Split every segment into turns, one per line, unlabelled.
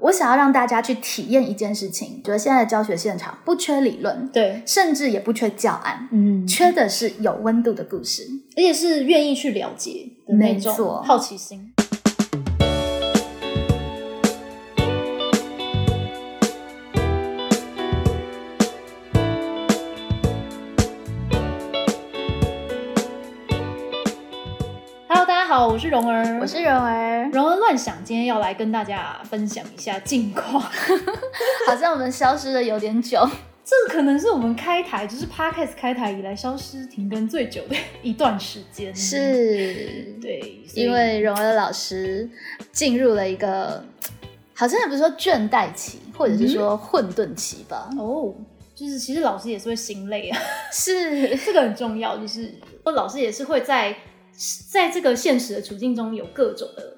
我想要让大家去体验一件事情，觉得现在的教学现场不缺理论，
对，
甚至也不缺教案，
嗯，
缺的是有温度的故事。
而且是愿意去了解的那
没错
种好奇心。Hello，大家好，我是蓉儿，
我是蓉儿，
蓉儿乱想，今天要来跟大家分享一下近况。
好像我们消失的有点久，
这可能是我们开台，就是 podcast 开台以来消失停更最久的一段时间。，
是
对，所以
因为蓉儿老师进入了一个，好像也不是说倦怠期，或者是说混沌期吧，
哦，就是其实老师也是会心累啊，
是
这个很重要。就是老师也是会在在这个现实的处境中有各种的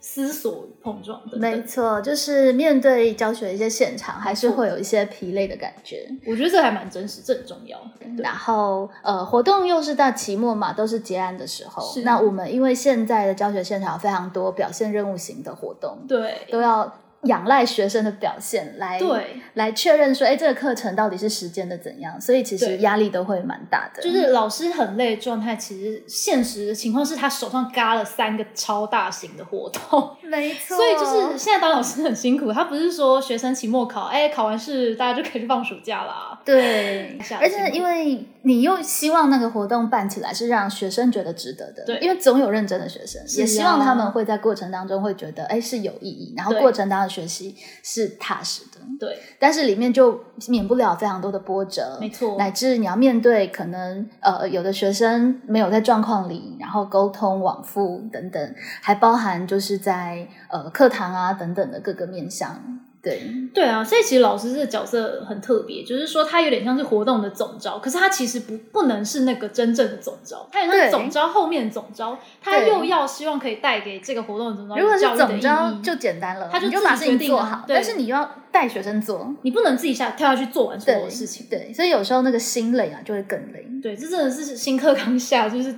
思索与碰撞等
没
等。
错，就是面对教学一些现场，还是会有一些疲累的感觉。
我觉得这还蛮真实，这很重要。对
然后呃，活动又是到期末嘛，都是结案的时候。
是
那我们因为现在的教学现场有非常多表现任务型的活动，
对
都要仰赖学生的表现来
对，
来确认说，哎，这个课程到底是实践的怎样？所以其实
对
压力都会蛮大的。
就是老师很累的状态，其实现实的情况是他手上嘎了三个超大型的活动。
没错哦
所以就是现在当老师很辛苦，他不是说学生期末考，哎、考完试大家就可以去放暑假啦。
对
下，
而
辛
且
苦
因为你又希望那个活动办起来是让学生觉得值得的，
对
因为总有认真的学生，
是
也希望他
啊
们会在过程当中会觉得，哎，是有意义，然后
对
过程当中的学习是踏实的，
对，
但是里面就免不了非常多的波折，
没错，
乃至你要面对可能呃有的学生没有在状况里，然后沟通往复等等，还包含就是在呃课堂啊等等的各个面向，对，
对啊，所以其实老师这个角色很特别，就是说他有点像是活动的总招，可是他其实不不能是那个真正的总招，他有点
对
像总招后面的总招，他
对
又要希望可以带给这个活动的总招
如果
有
是
教育的
怎
意义。
着就简单了，
他就
你就
自己
把事情
决定
做
啊
好，
对
但是你又要带学生做，
你不能自己下跳下去做完所有
对
的事情。
对，所以有时候那个心累啊就会更累，
对，这真的是新课纲下，就是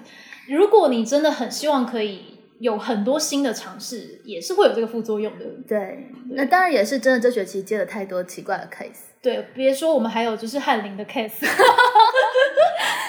如果你真的很希望可以有很多新的尝试，也是会有这个副作用的。
对，那当然也是真的，这学期接了太多奇怪的 case，
对，别说我们还有就是翰林的 case，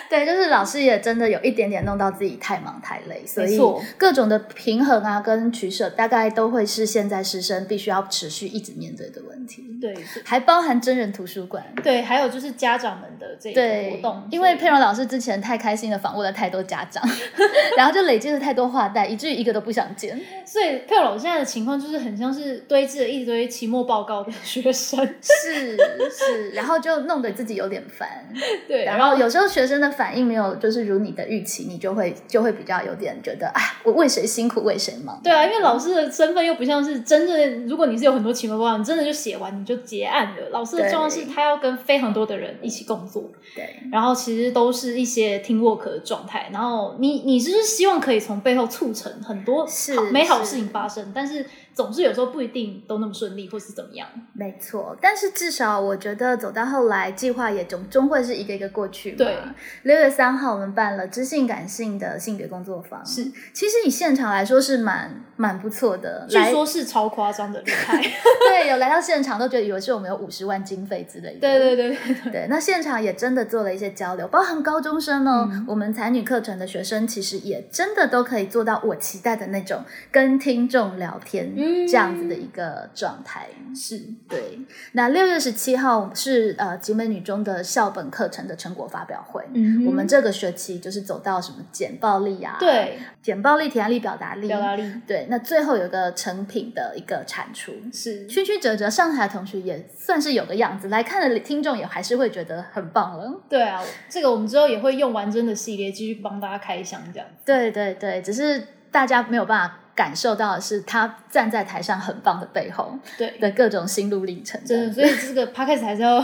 对，就是老师也真的有一点点弄到自己太忙太累，所
没
以
错
各种的平衡啊跟取舍，大概都会是现在师生必须要持续一直面对的问题，
对
还包含真人图书馆。
对，还有就是家长们的这个活
对
动，，
因为
所以
佩蓉老师之前太开心的访问了太多家长， 然后就累积了太多话带，以至于一个都不想见。
所以佩老师现在的情况就是很像是堆积了一堆期末报告的学生，
是是，然后就弄得自己有点烦。
对，
然后有时候学生的反应没有就是如你的预期，你就会就会比较有点觉得，哎，我为谁辛苦为谁忙。
对啊，因为老师的身份又不像是真正，如果你是有很多期末报告，你真的就写完你就结案了。老师的状况是
对
他要跟非常多的人一起工作，
对
然后其实都是一些 teamwork 的状态。然后你你是希望可以从背后促成很多
是
好美好的
是
事情发生，但是总是有时候不一定都那么顺利，或是怎么样。
没错。但是至少我觉得走到后来，计划也终终会是一个一个过去嘛。
对，
六月三号我们办了知性感性的性别工作坊，
是，
其实以现场来说是蛮蛮不错的。
据
来
说是超夸张的厉害。
对，有来到现场都觉得以为是我们有五十万经费之类的。
对对对对 对
对，那现场也真的做了一些交流，包含高中生哦，
嗯
我们才女课程的学生其实也真的都可以做到我期待的那种跟听众聊天、
嗯
这样子的一个状态。
是。
对，那六月十七号是呃集美女中的校本课程的成果发表会。
嗯
我们这个学期就是走到什么简暴力啊，，
对
简暴力、体验力、表达力，
表达力
对，那最后有个成品的一个产出，
是
曲曲折折，上台的同学也算是有个样子，来看的听众也还是会觉得很棒了。
对啊，这个我们之后也会用完整的系列继续帮大家开箱这样子。
对对对，只是大家没有办法感受到的是，他站在台上很棒的背后
对，
的各种心路历程。
真的，所以这个 podcast 还是要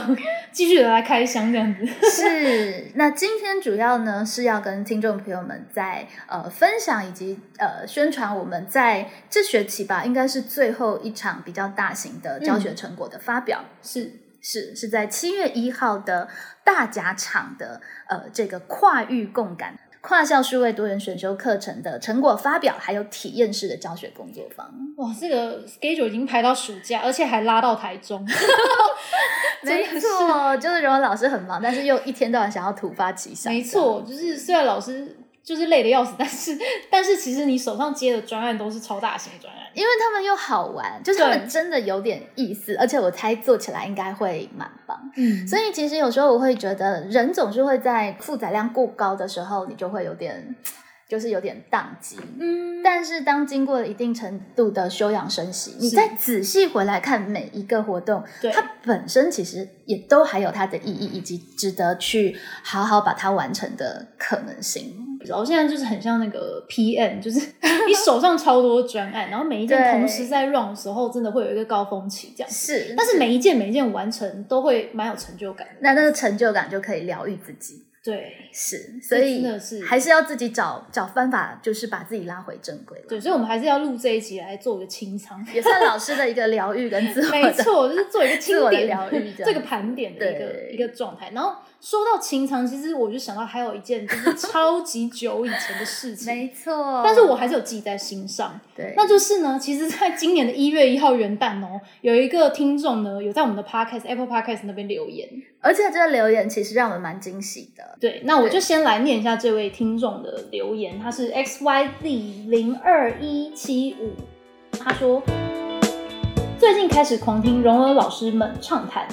继续的来开箱这样子。
是。那今天主要呢是要跟听众朋友们在呃分享以及呃宣传我们在这学期吧，应该是最后一场比较大型的教学成果的发表。
嗯是
是是在七月一号的大甲场的呃这个跨域共感。跨校数位多元选修课程的成果发表，还有体验式的教学工作坊。
哇，这个 schedule 已经排到暑假，而且还拉到台中，
没
真的是
错，就是荣文老师很忙，但是又一天到晚想要突发奇想。
没错，就是虽然老师就是累得要死，但是但是其实你手上接的专案都是超大型专案，
因为他们又好玩，就是他们
对
真的有点意思，而且我猜做起来应该会蛮棒。
嗯
所以其实有时候我会觉得，人总是会在负载量过高的时候，你就会有点，就是有点宕机。
嗯，
但是当经过了一定程度的休养生息，你
是
再仔细回来看每一个活动，
对
它本身其实也都还有它的意义，以及值得去好好把它完成的可能性。
然后现在就是很像那个 PM，就是 你手上超多专案，然后每一件
对
同时在 run 的时候，真的会有一个高峰期这样。
是，
但是每一件每一件完成都会蛮有成就感的，
那那个成就感就可以疗愈自己。
对
是，所
这
以
嗯真的是
还是要自己找找办法，就是把自己拉回正轨了。
对，所以我们还是要录这一集来做一个清 仓，
也算老师的一个疗愈跟自我
没
的。
错，就是做一个
自
清
我的
点
疗愈这样
这个盘点的一个
对
一个状态。然后说到清仓，其实我就想到还有一件就是超级久以前的事情，
没错。
但是我还是有记在心上。
对，
那就是呢，其实，在今年的一月一号元旦哦，有一个听众呢，有在我们的 podcast Apple podcast 那边留言。
而且这个留言其实让我们蛮惊喜的。
对，那我就先来念一下这位听众的留言，他是 x y z 零二一七五，他说最近开始狂听荣儿老师们畅谈。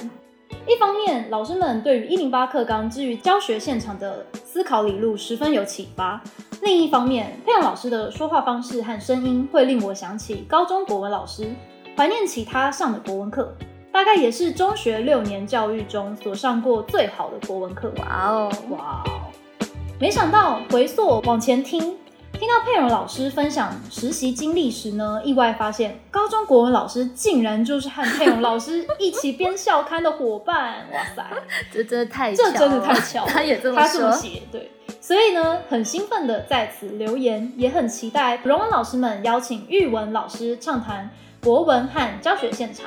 一方面，老师们对于一零八课纲之于教学现场的思考理路十分有启发；另一方面，佩阳老师的说话方式和声音会令我想起高中国文老师，怀念起他上的国文课，大概也是中学六年教育中所上过最好的国文课吧。
哇哦，
哇哦！没想到回溯往前听，听到佩蓉老师分享实习经历时呢，意外发现高中国文老师竟然就是和佩蓉老师一起编校刊的伙伴。哇塞，
这真的太
这
巧
真的
了
太巧 了
他也这么
他这么
说。
写，对。所以呢，很兴奋的在此留言，也很期待荣文老师们邀请玉文老师畅谈国文和教学现场。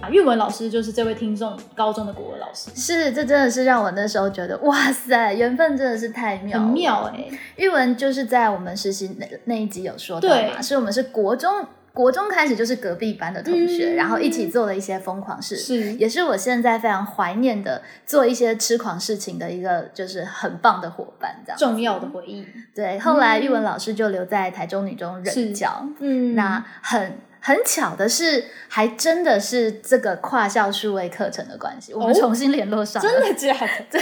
啊，玉文老师就是这位听众高中的国文老师，
是，这真的是让我那时候觉得，哇塞，缘分真的是太妙欸
很
了，
妙哎、
玉文就是在我们实习那那一集有说到
对
嘛，是我们是国中国中开始就是隔壁班的同学，
嗯
然后一起做了一些疯狂事，
是
也是我现在非常怀念的做一些痴狂事情的一个就是很棒的伙伴，这样
重要的回忆。
对。后来
嗯
玉文老师就留在台中女中
是
任教，
嗯
那很。很巧的是，还真的是这个跨校数位课程的关系，我们
哦
重新联络上了。
真的假的？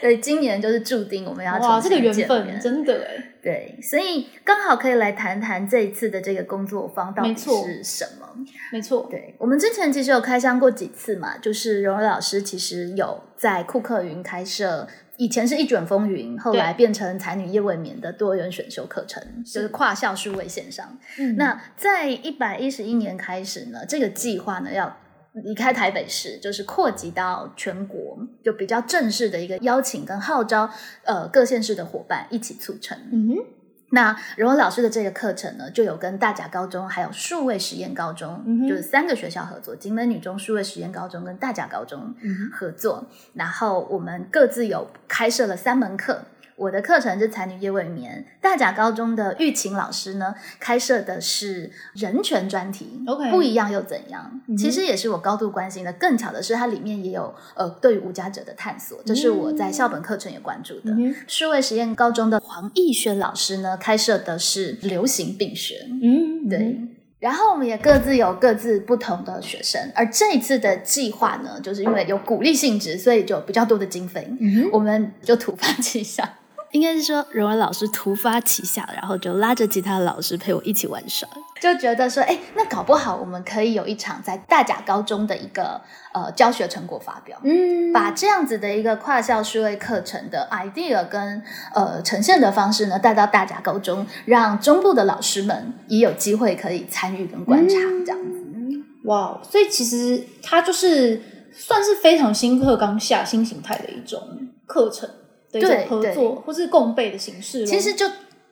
对，今年就是注定我们要
哇，
重
这个
新
缘
见
分
面
真的哎、
对，所以刚好可以来谈谈这一次的这个工作坊到
没
底
错
是什么。
没错，
对我们之前其实有开箱过几次嘛，就是荣荣老师其实有在库克云开设，以前是一卷风云，后来变成才女叶未眠的多元选修课程，就是跨校数位线上。
嗯
那在一百一十一年开始呢，这个计划呢要离开台北市，就是扩及到全国，就比较正式的一个邀请跟号召，呃，各县市的伙伴一起促成。
嗯哼。
那荣文老师的这个课程呢，就有跟大甲高中还有数位实验高中，
嗯哼
就是三个学校合作，景美女中数位实验高中跟大甲高中
嗯
合作，然后我们各自有开设了三门课。我的课程是才女夜未眠，大甲高中的玉琴老师呢开设的是人权专题
OK
不一样又怎样？
嗯哼
其实也是我高度关心的。更巧的是，它里面也有呃对于无家者的探索，这是我在校本课程也关注的。
嗯
数位实验高中的黄奕轩老师呢，开设的是流行病学，
嗯，
对。然后我们也各自有各自不同的学生，而这一次的计划呢，就是因为有鼓励性质，所以就有比较多的经费，
嗯
我们就突发奇想， 应该是说荣文老师突发奇想，然后就拉着其他老师陪我一起玩耍，就觉得说，哎，那搞不好我们可以有一场在大甲高中的一个呃教学成果发表，
嗯，
把这样子的一个跨校数位课程的 idea 跟呃呈现的方式呢，带到大甲高中，让中部的老师们也有机会可以参与跟观察，
嗯
这样子。
哇，哦所以其实它就是算是非常新课纲下新形态的一种课程的一种
对
合作或是共备的形式咯。
其实就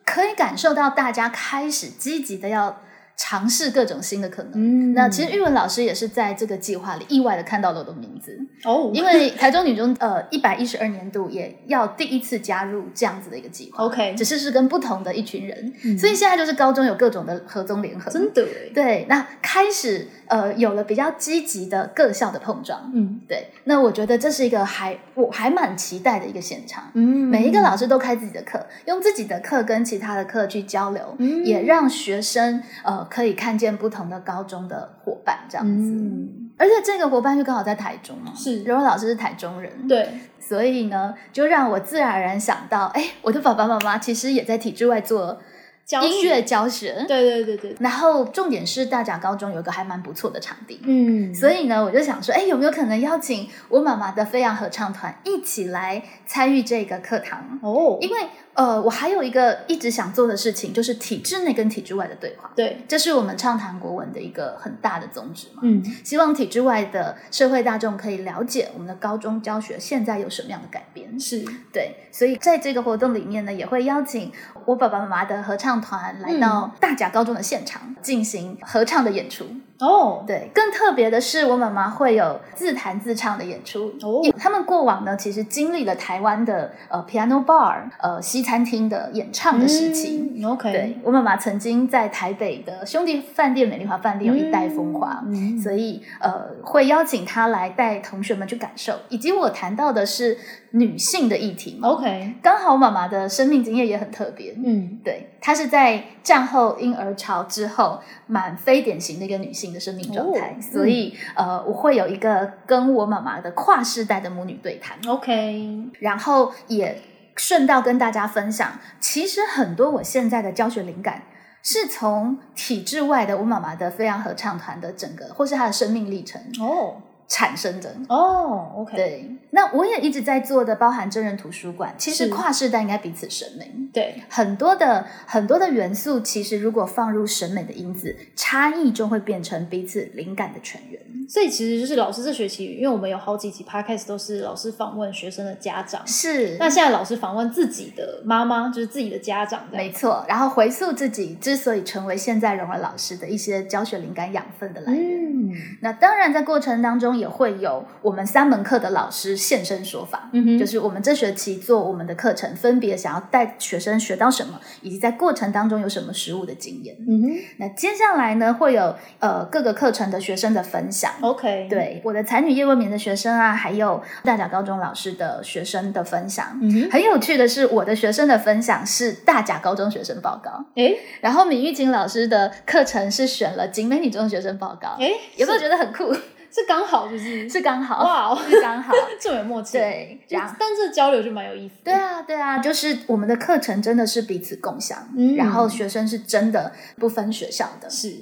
可以感受到大家开始积极的要尝试各种新的可能。
嗯
那其实玉文老师也是在这个计划里意外的看到了我的名字，
哦，
因为台中女中呃一百一十二年度也要第一次加入这样子的一个计划
OK
只是是跟不同的一群人，
嗯
所以现在就是高中有各种的合综联合，
真的哎，
对，那开始呃有了比较积极的各校的碰撞，
嗯
对，那我觉得这是一个还我还蛮期待的一个现场。
嗯
每一个老师都开自己的课，用自己的课跟其他的课去交流，
嗯
也让学生呃可以看见不同的高中的伙伴这样子。
嗯
而且这个伙伴就刚好在台中嘛，
是
柔柔老师是台中人，，
对，
所以呢，就让我自然而然想到，哎，我的爸爸妈妈其实也在体制外做
教
音
学
乐教学，
对对对对，
然后重点是大甲高中有一个还蛮不错的场地，
嗯，
所以呢，我就想说，哎，有没有可能邀请我妈妈的飞扬合唱团一起来参与这个课堂？
哦，
因为呃，我还有一个一直想做的事情，就是体制内跟体制外的对话，
对，
这是我们畅谈国文的一个很大的宗旨嘛。
嗯
希望体制外的社会大众可以了解我们的高中教学现在有什么样的改变。
是，
对，所以在这个活动里面呢，也会邀请我爸爸妈妈的合唱团来
嗯
到大甲高中的现场进行合唱的演出。
哦，
对，更特别的是，我妈妈会有自弹自唱的演出。
哦
因为他们过往呢，其实经历了台湾的呃 piano bar 呃西餐厅的演唱的时期。
嗯，OK，
对我妈妈曾经在台北的兄弟饭店、美丽华饭店有一代风华，
嗯，
所以呃，会邀请她来带同学们去感受，以及我谈到的是女性的议题嘛。
OK，
刚好妈妈的生命经验也很特别，
嗯，
对，她是在战后婴儿潮之后蛮非典型的一个女性的生命状态，
哦
所以呃，我会有一个跟我妈妈的跨世代的母女对谈，
OK，
然后也顺道跟大家分享，其实很多我现在的教学灵感。是从体制外的我妈妈的飞扬合唱团的整个，或是她的生命历程
哦，
产生的。
哦，OK，
对，那我也一直在做的，包含真人图书馆，其实
是
跨世代应该彼此神明。
对，
很多的很多的元素，其实如果放入审美的因子，差异就会变成彼此灵感的泉源。
所以其实就是老师这学期，因为我们有好几集 podcast 都是老师访问学生的家长，
是
那现在老师访问自己的妈妈，就是自己的家长这样，
没错。然后回溯自己之所以成为现在荣儿老师的一些教学灵感养分的来源。
嗯
那当然，在过程当中也会有我们三门课的老师现身说法，
嗯哼，
就是我们这学期做我们的课程，分别想要带学生学到什么，以及在过程当中有什么实物的经验。
嗯哼
那接下来呢，会有呃各个课程的学生的分享，
，OK，，
对我的才女叶问明的学生啊，还有大甲高中老师的学生的分享。
嗯哼，
很有趣的是，我的学生的分享是大甲高中学生报告，
诶
然后米玉琴老师的课程是选了景美女中学生报告。
诶，
有没有觉得很酷？
是刚好就是
是刚好，
哇哦
是刚 好。
这么有默契，，
对，
就
然 后
但这交流就蛮有意思的，
对啊，对啊，就是我们的课程真的是彼此共享，
嗯
然后学生是真的不分学校的，
是，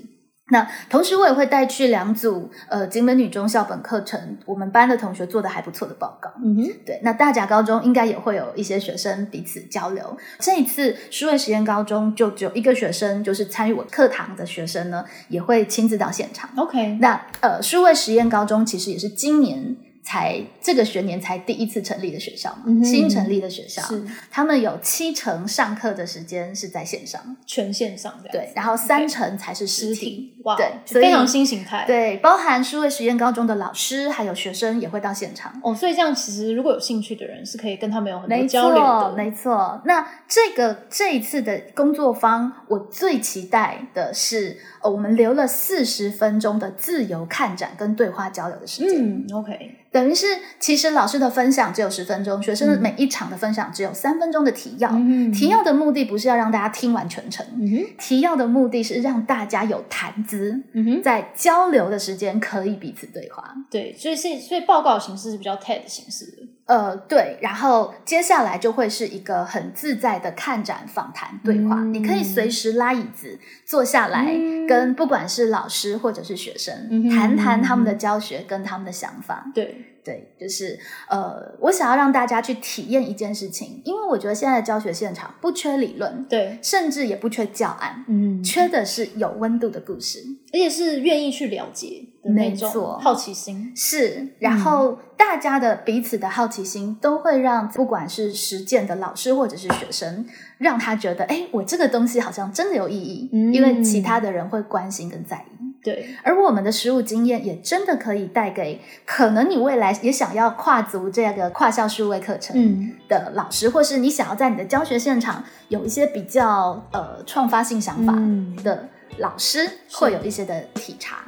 那同时，我也会带去两组呃景美女中校本课程，我们班的同学做的还不错的报告。
嗯哼，
对，那大甲高中应该也会有一些学生彼此交流。这一次数位实验高中就只有一个学生，就是参与我课堂的学生呢，也会亲自到现场。
，OK，
那呃，数位实验高中其实也是今年才这个学年才第一次成立的学校嘛，
嗯哼
新成立的学校，
是
他们有七成上课的时间是在线上，
全线上这样
对
子，，
然后三成才是
实
实体。
体，哇，
对所以
非常新形态，。
对，包含数位实验高中的老师还有学生也会到现场。
哦，所以这样其实如果有兴趣的人是可以跟他们有很多
没
交流
错，
的。
没错。那这个这一次的工作坊，我最期待的是，呃，我们留了四十分钟的自由看展跟对话交流的时间，
嗯，OK，
等于是其实老师的分享只有十分钟，学生的
嗯
每一场的分享只有三分钟的提要。
嗯哼
提要的目的不是要让大家听完全程，
嗯哼，
提要的目的是让大家有谈资，
嗯哼，
在交流的时间可以彼此对话。
对，所以是所以报告形式是比较 TED 形式的。
呃，对，然后接下来就会是一个很自在的看展访谈对话，
嗯
你可以随时拉椅子坐下来，
嗯
跟不管是老师或者是学生、
嗯哼
谈谈他们的教学跟他们的想法。
对，
对，就是呃，我想要让大家去体验一件事情，因为我觉得现在的教学现场不缺理论，
对，
甚至也不缺教案，
嗯，
缺的是有温度的故事。
而且是愿意去了解，的那
没错
种好奇心。嗯
是，然后大家的彼此的好奇心都会让，不管是实践的老师或者是学生，让他觉得，哎，我这个东西好像真的有意义，
嗯
因为其他的人会关心跟在意。
对，
而我们的实务经验也真的可以带给可能你未来也想要跨足这个跨校数位课程
嗯，
的老师，或是你想要在你的教学现场有一些比较呃创发性想法
嗯
的老师，
是
会有一些的体察。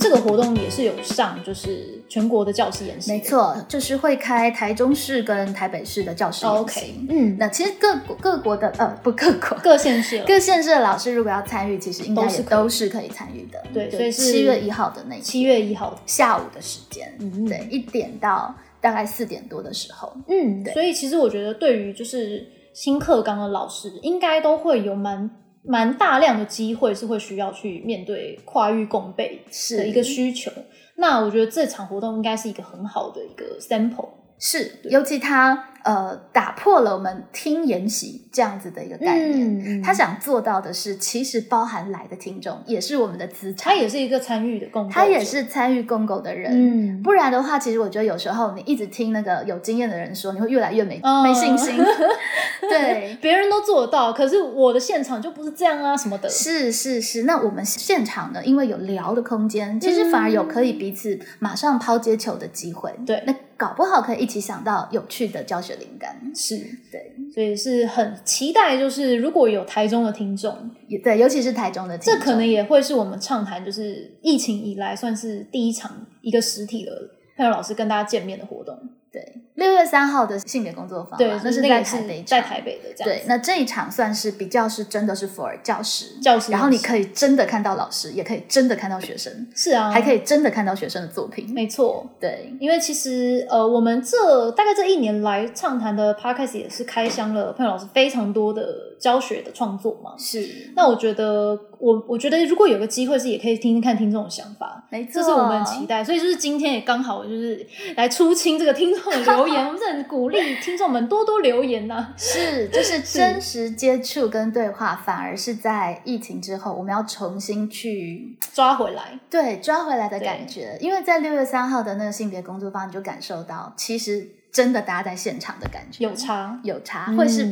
这个活动也是有上，就是全国的教师演习。
没错，就是会开台中市跟台北市的教师
哦
游
，OK，
行。
嗯，
那其实各国各国的呃不各国
各县市了
各县市的老师如果要参与，其实应该
都是
也
可以
都是可以参与的。
对
就
所以是
七月一号的那一
七月一号，
下午的时间，
嗯
对，一点到大概四点多的时候。
嗯，
对
所以其实我觉得对于就是新课纲的老师，应该都会有蛮蛮大量的机会是会需要去面对跨域共备的
是
一个需求。那我觉得这场活动应该是一个很好的一个 sample，
是，尤其他呃打破了我们听研习这样子的一个概念。
嗯
他想做到的是，其实包含来的听众也是我们的资产，
他也是一个参与的共，
他也，是参与公狗的人。
嗯，
不然的话，其实我觉得有时候你一直听那个有经验的人说，你会越来越没、
嗯
没信 心。对，
别人都做得到，可是我的现场就不是这样啊什么的，
是是是，那我们现场呢，因为有聊的空间，其实反而有可以彼此马上抛接球的机会。
对
那搞不好可以一起想到有趣的教学灵感。
是
对，
所以是很期待，就是如果有台中的听众，
也对，尤其是台中的听
这
众，
可能也会是我们畅谈，就是疫情以来算是第一场一个实体的佩蓉老师跟大家见面的活动。
对六月三号的性别工作坊嘛，
对，
那是
那
在台
个是
北
在
场
台北的这样
对
子，，
那这一场算是比较是真的是 for 教师，
教师老师
然后你可以真的看到老师，也可以真的看到学生，
是啊，
还可
以，
以真的看到学生的作品。
没错。
对，
因为其实呃，我们这大概这一年来畅谈的 podcast 也是开箱了佩蓉老师非常多的教学的创作嘛。
是，
那我觉得，我我觉得如果有个机会是，也可以听听看听众的想法。
没错，
这是我们期待，所以就是今天也刚好就是来出清这个听众的留 言，我们是很鼓励听众们多多留言呐、
是，就是真实接触跟对话，反而是在疫情之后，我们要重新去
抓回来。
对抓回来的感觉。因为在六月三号的那个性别工作坊，你就感受到，其实真的大家在现场的感觉
有差，
有差，
嗯
会是、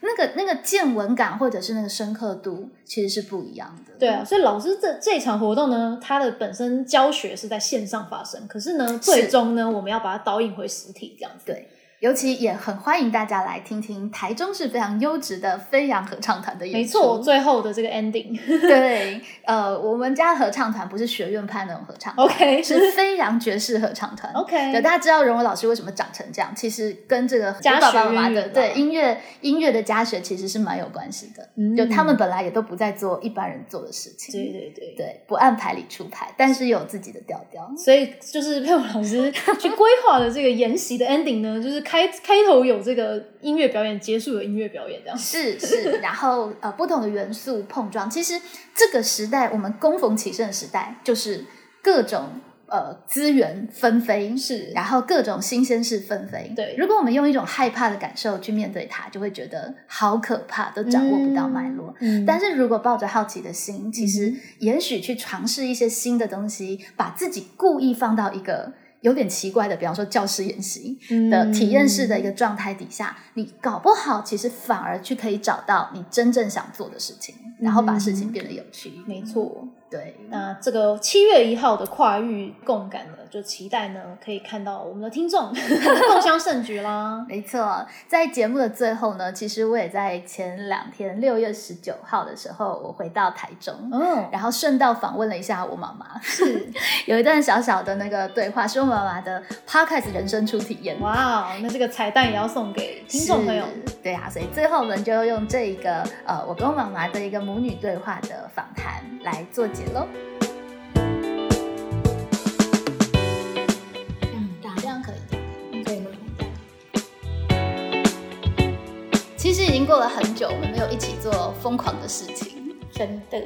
那个那个见闻感，或者是那个深刻度，其实是不一样的。
对啊，所以老师这这场活动呢，它的本身教学是在线上发生，可是呢，最终呢，我们要把它导引回实体这样子。
对尤其也很欢迎大家来听听台中市非常优质的飞扬合唱团的演
没
出。
错，最后的这个 ending，OK，、
对，呃，我们家合唱团不是学院派那种合唱团
OK
是飞扬爵士合唱团。
OK
对，大家知道荣伟老师为什么长成这样，其实跟这个
家
我爸爸
学
妈妈
渊
的
源
对
吧
音乐音乐的家学其实是蛮有关系的。
嗯
就他们本来也都不在做一般人做的事情，
对对对。
对不按牌理出牌，但是有自己的调调。
所以就是佩蓉老师去规划的这个研习的 ending 呢，就是开开头有这个音乐表演，结束有音乐表演这 样。
是是，然后呃，不同的元素碰撞，其实这个时代我们供逢其盛的时代，就是各种呃资源纷飞，
是
然后各种新鲜事纷飞。
对
如果我们用一种害怕的感受去面对它，就会觉得好可怕，都掌握不到脉络。
嗯
但
是
是如果抱着好奇的心，其实
嗯
也许去尝试一些新的东西，把自己故意放到一个有点奇怪的，比方说教师演习，的体验式
嗯
的一个状态底下，你搞不好其实反而去可以找到你真正想做的事情，然后把事情变得有趣。
嗯没，错。
对，
那这个七月一号的跨域共感呢，就期待呢可以看到我们的 听众共襄盛举啦。
没错。在节目的最后呢，其实我也在前两天六月十九号的时候，我回到台中。
嗯，
然后顺道访问了一下我妈妈，
是
有一段小小的那个对话，是我妈妈的 podcast 人生初体验。
哇哦，那这个彩蛋也要送给听众朋友。
是，对啊，所以最后我们就用这一个呃，我跟我妈妈的一个母女对话的访谈来做结喽。
这样
嗯
很大
这样可以。
可以吗？
其实已经过了很久，我们没有一起做疯狂的事情。
真的，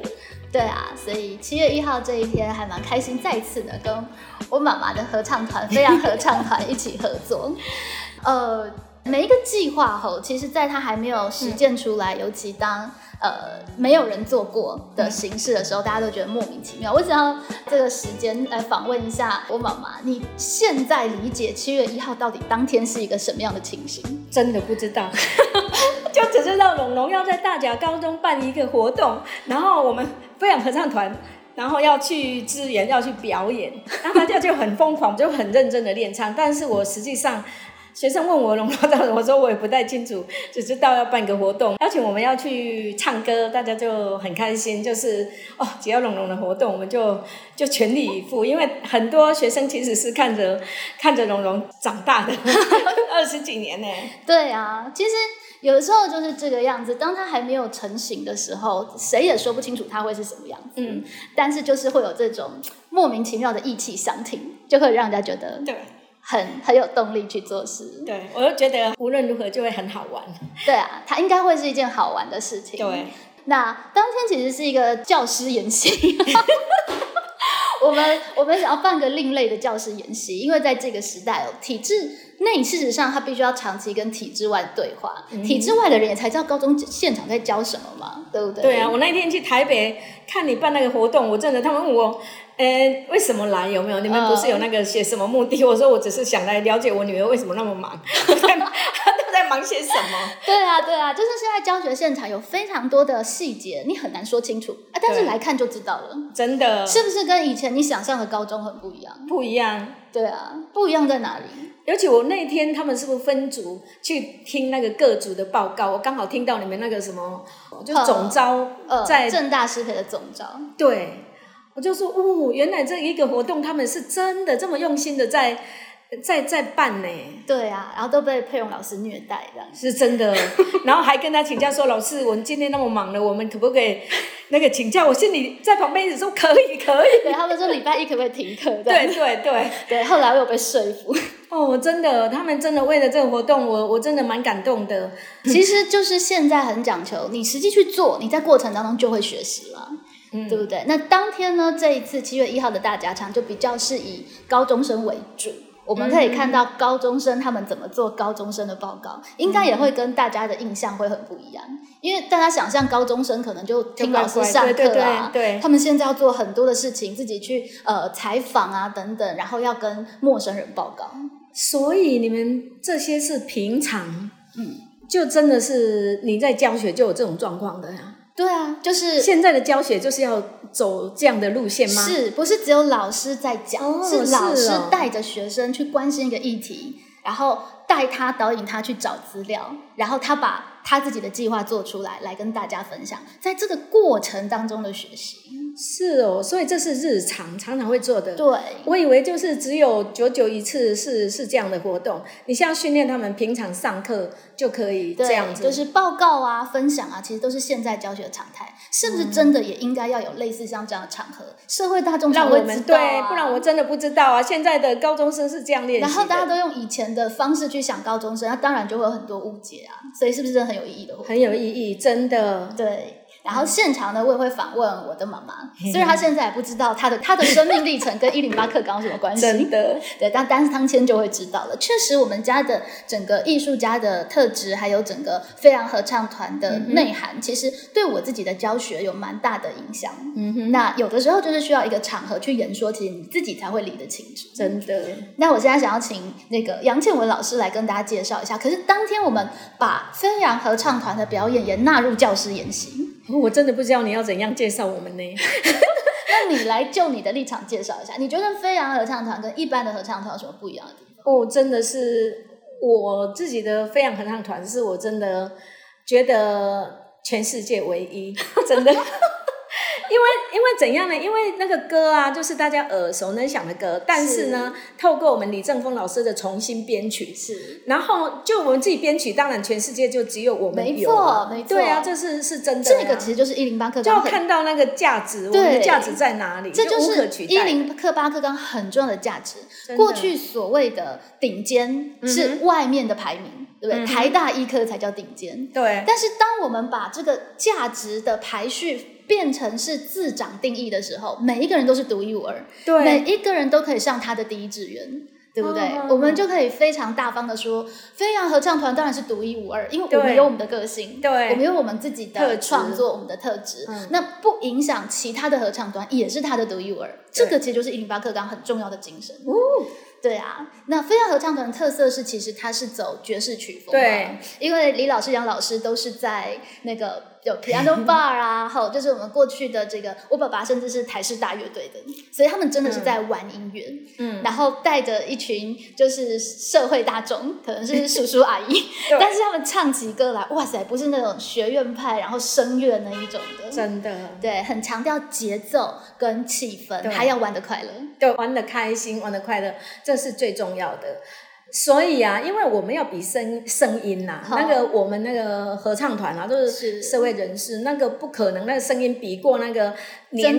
对啊，所以七月一号这一天还蛮开心，再一次的跟我妈妈的合唱团飞扬合唱团一起合作。呃，每一个计划吼，其实在它还没有实践出来，尤其当呃没有人做过的形式的时候，大家都觉得莫名其妙。我想要这个时间来访问一下我妈妈，你现在理解七月一号到底当天是一个什么样的情形？
真的不知 道，就只知道龙龙要在大甲高中办一个活动，然后我们飞扬合唱团，然后要去支援，要去表演，那大家就很疯狂，就很认真的练唱。但是我实际上，学生问我龙龙到底，我说我也不太清楚，只知道要办个活动，邀请我们要去唱歌，大家就很开心，就是哦，只要龙龙的活动，我们就就全力以赴，因为很多学生其实是看着看着龙龙长大的， 二十几年呢、
对啊，其实有的时候就是这个样子。当它还没有成型的时候，谁也说不清楚它会是什么样子。
嗯，
但是就是会有这种莫名其妙的意气相挺，就会让人家觉得
对
很很有动力去做事。
对，我就觉得无论如何就会很好玩。
对啊，它应该会是一件好玩的事情。
对，
那当天其实是一个教师演习。 我们我们想要办个另类的教师演习，因为在这个时代哦，体制内事实上他必须要长期跟体制外对话，
嗯
体制外的人也才知道高中现场在教什么嘛，对不对？
对啊，我那天去台北看你办那个活动，我真的他们问我，呃，为什么来？有没
嗯
有？你们不是有那个写什么目的？我 说我只是想来了解我女儿为什么那么忙， 都在都在忙些什么？
对啊，对啊，就是现在教学现场有非常多的细节，你很难说清楚啊，但是
对
来看就知道了，
真的
是不是跟以前你想象的高中很不一样？
不一样。
对啊，不一样在哪里？
尤其我那天他们是不是分组去听那个各组的报告？我刚好听到你们那个什么，就总招
呃，
在
正大师培的总招，
对，我就说，哦，原来这一个活动他们是真的这么用心的在在在办呢，
对啊，然后都被佩蓉老师虐待这样。
是真 的。然后还跟他请假说，老师，我们今天那么忙了，我们可不可以那个请假？我心里在旁边一直说可以，可以。
对，他们说礼拜一可不可以停课？这样
对对对，
对，后来我有被说服。
哦，真的，他们真的为了这个活动，我我真的蛮感动的。
其实就是现在很讲求你实际去做，你在过程当中就会学习了，
嗯
对不对？那当天呢，这一次七月一号的大家长就比较是以高中生为主。我们可以看
嗯
到高中生他们怎么做高中生的报告，应该也会跟大家的印象会很不一样，因为大家想象高中生可能就听老师
乖乖
上课啊，
对对对对
他们现在要做很多的事情，自己去呃采访啊等等，然后要跟陌生人报告，
所以你们这些是平常，
嗯，
就真的是你在教学就有这种状况的呀、
对啊，就是
现在的教学就是要走这样的路线吗？
是不是只有老师在讲？
哦
是老
是
师
哦
带着学生去关心一个议题，然后带他导引他去找资料，然后他把他自己的计划做出来，来跟大家分享。在这个过程当中的学习，
是哦，所以这是日常常常会做的。
对
我以为就是只有久久一次是是这样的活动，你是要训练他们平常上课就可以这样
对，
子，
就是报告啊、分享啊，其实都是现在教学的常态。是不
嗯
是真的也应该要有类似像这样的场合，社会大众才
让
会
我
知道、啊
们、对，不然我真的不知道啊。现在的高中生是这样练习
然
的，
后大家都用以前的方式去想高中生，那当然就会有很多误解啊，所以是不是真的很有意义的活动？
很有意义，真的。
对，然后现场呢，我也会访问我的妈妈，虽然她现在也不知道她的她的生命历程跟一零八课纲有什么关
真
系，
的，
对，但但是当天就会知道了。确实，我们家的整个艺术家的特质，还有整个飞扬合唱团
嗯
的内涵，其实对我自己的教学有蛮大的影响。
嗯哼，
那有的时候就是需要一个场合去演说，其实你自己才会理得清楚。
真的，
那我现在想要请那个杨倩文老师来跟大家介绍一下。可是当天我们把飞扬合唱团的表演也纳入教师演习，
我真的不知道你要怎样介绍我们呢。
那你来就你的立场介绍一下，你觉得飞扬合唱团跟一般的合唱团有什么不一样的地方？
哦，真的是我自己的飞扬合唱团，是我真的觉得全世界唯一，真的。 因为因为怎样呢？因为那个歌啊，就是大家耳熟能详的歌，但是呢，透过我们李正峰老师的重新编曲，
是
然后就我们自己编曲，当然全世界就只有我们
没
有啊、
错没错
对啊，这是是真的、啊。
这个其实就是一零八课
就要
纲很，
看到那个价值，我
对
们的价值在哪里，
这就
无可
是
取
一
代的。
零课八课纲很重要的价值。
真的嗯
过去所谓的顶尖是外面的排名，对不对？台大医科才叫顶尖。
对，
但是当我们把这个价值的排序变成是自长定义的时候，每一个人都是独一无二，
对
每一个人都可以上他的第一志愿。对不对？
嗯嗯
我们就可以非常大方的说，飞扬合唱团当然是独一无二，因为我们
对
有我们的个性，
对
我们有我们自己
特
的
质
创作，我们的特质，
嗯
那不影响其他的合唱团，也是它的独一无二。这个其实就是一零八课纲很重要的精神。对啊，那飞扬合唱团的特色是，其实它是走爵士曲风嘛，
对，
因为李老师、杨老师都是在那个有 piano bar 啊，还有就是我们过去的这个，我爸爸甚至是台式大乐队的，所以他们真的是在玩音乐，
嗯，
然后带着一群就是社会大众，可能是叔叔阿姨
对，
但是他们唱起歌来，哇塞，不是那种学院派，然后声乐那一种的。
真的，
对，很强调节奏跟气氛，
对
还要玩的快乐。
对，玩的开心，玩的快乐，这是最重要的。所以啊，因为我们要比声声音呐、
好
那个我们那个合唱团啊，都
是
是社会人士，那个不可能，那个声音比过那个年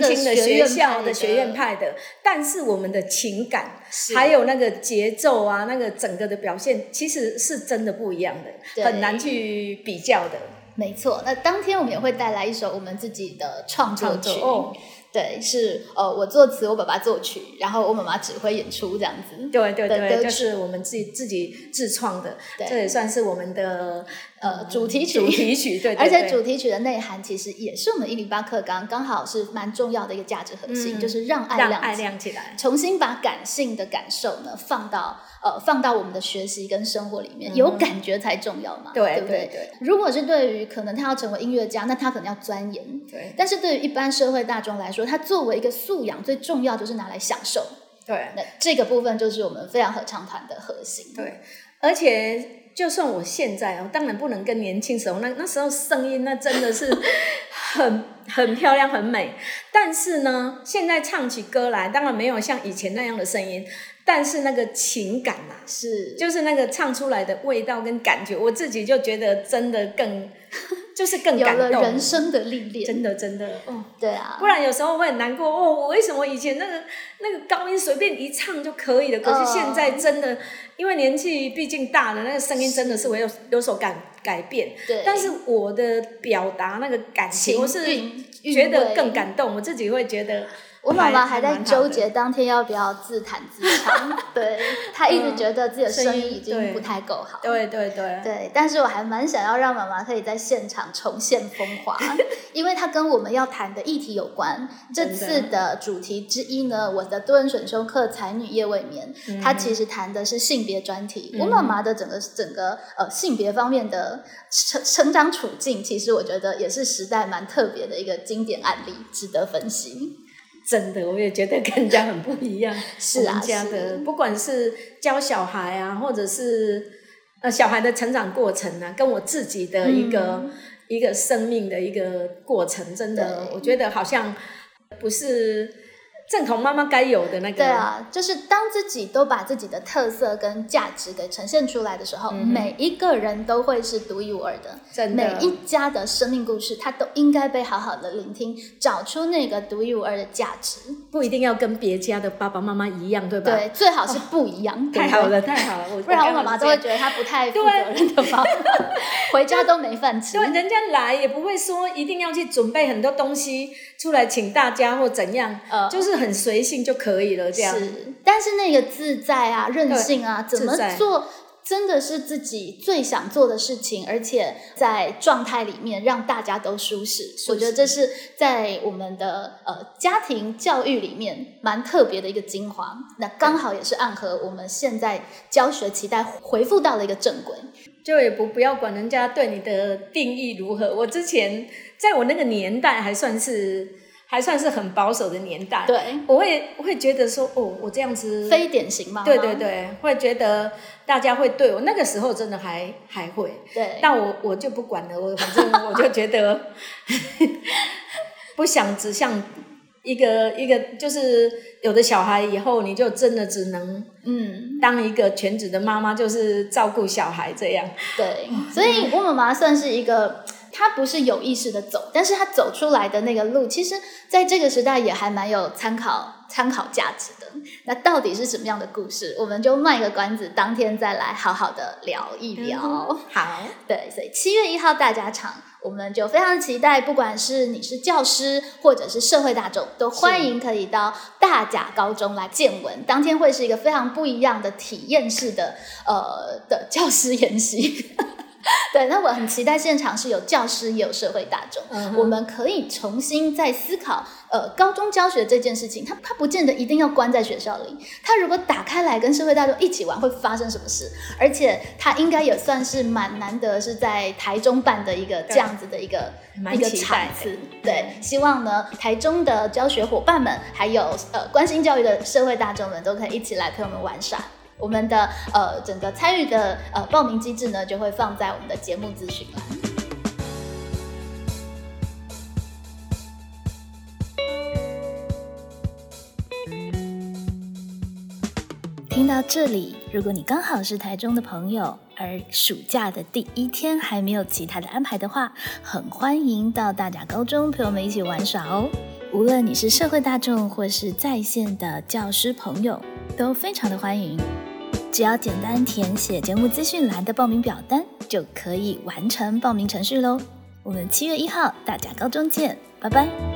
真的
轻的
学
学
院
校
派
的
的
学院派的，但是我们的情感
是
还有那个节奏啊，那个整个的表现，其实是真的不一样的，
对
很难去比较的。
没错，那当天我们也会带来一首我们自己的创作曲。
创作哦
对，是呃，我作词，我爸爸作曲，然后我妈妈指挥演出这样子。
对对
的
对，
歌
就是我们自己自己自创的，
对
这也算是我们的
呃主题曲
主题 曲对，对
而且
对
主题曲的内涵其实也是我们一零八课纲刚好是蛮重要的一个价值核心，
嗯
就是让爱
让
亮
爱
起
亮起来。
重新把感性的感受呢放到呃放到我们的学习跟生活里面，有感觉才重要嘛，
嗯对
不
对
对
对
如果是对于可能他要成为音乐家，那他可能要钻研，
对
但是对于一般社会大众来说，他作为一个素养，最重要就是拿来享受。
对
那这个部分就是我们非常合唱团的核心。
对，而且就算我现在哦，当然不能跟年轻时候那那时候声音那真 的是很很漂亮很美，但是呢，现在唱起歌来当然没有像以前那样的声音，但是那个情感啊，
是，
就是那个唱出来的味道跟感觉，我自己就觉得真的更就是更
有
感
了
动，
人生的历练。
真的真的哦。
对啊，
不然有时候会很难过哦。我为什么以前那个那个高音随便一唱就可以了？可
嗯
是现在真的，因为年纪毕竟大了，那个声音真的是我有有所改改变。
对
但是我的表达那个感情，
情
我是
韵
觉得
韵味
更感动，我自己会觉得。
我妈妈还
还
在
蛮好
纠
的
结当天要不要自弹自唱， 对她一直觉得自己的声音已
声音
经不太够好。
对对对，
对，但是我还蛮想要让妈妈可以在现场重现风 华，因为它跟我们要谈的议题有关。这
真的
次的主题之一呢，我的多人选修课《才女夜未眠》，
嗯
它其实谈的是性别专题。我妈妈的整个整个呃性别方面的成成长处境，其实我觉得也是时代蛮特别的一个经典案例，值得分析。
真的，我也觉得跟人家很不一样。
是啊
我们家
是
的不管是教小孩啊，或者是呃小孩的成长过程啊，跟我自己的一个、
嗯
一个生命的一个过程，真的，
对
我觉得好像不是正统妈妈该有的那个。
对啊，就是当自己都把自己的特色跟价值给呈现出来的时候，
嗯
每一个人都会是独一无二的。
真的
每一家的生命故事，它都应该被好好的聆听，找出那个独一无二的价值。
不一定要跟别家的爸爸妈妈一样，对吧？
对，最好是不一样。对
太
不对
好了，。太好了，我
不然我
刚
妈
好
妈
是
都会
这样
觉得她不太负责任的 妈妈，回家都没饭吃
对，。人家来也不会说一定要去准备很多东西出来请大家或怎样，
呃
就是很随性就可以了，这样。
是，但是那个自在啊、任性啊，
对
怎么
自在
做真的是自己最想做的事情，而且在状态里面让大家都舒适。我觉得这是在我们的呃家庭教育里面蛮特别的一个精华。那刚好也是暗合我们现在教学期待回复到了一个正轨。
就也不不要管人家对你的定义如何。我之前在我那个年代还算是还算是很保守的年代，
对，
我会我会觉得说，哦，我这样子，
非啊典型嘛。
对对对，会觉得大家会对我那个时候真的还还会，
对，
但我我就不管了，我反正我就觉得 不想只像一个一个，就是有的小孩以后你就真的只能
嗯。
当一个全职的妈妈，就是照顾小孩这样。
对，所以我妈妈算是一个，她不是有意识的走，但是她走出来的那个路，其实在这个时代也还蛮有参考参考价值的。那到底是什么样的故事？我们就卖个关子，当天再来好好的聊一
嗯
聊。
好，
对，所以七月一号大家场，我们就非常期待，不管是你是教师或者是社会大众，都欢迎可以到大甲高中来见闻。当天会是一个非常不一样的体验式的呃的教师研习。 对，那我很期待现场是有教师也有社会大众，
嗯哼
我们可以重新再思考，呃，高中教学这件事情，它它不见得一定要关在学校里，它如果打开来跟社会大众一起玩，会发生什么事？而且它应该也算是蛮难得是在台中办的一个这样子的一个
蛮
一个
期
场
待的
次，对，希望呢台中的教学伙伴们，还有呃关心教育的社会大众们，都可以一起来陪我们玩耍。我们的呃整个参与的呃报名机制呢，就会放在我们的节目资讯栏。
听到这里，如果你刚好是台中的朋友，而暑假的第一天还没有其他的安排的话，很欢迎到大甲高中陪我们一起玩耍哦。无论你是社会大众或是在线的教师朋友，都非常的欢迎。只要简单填写节目资讯栏的报名表单，就可以完成报名程序喽。我们七月一号大甲高中见，拜拜。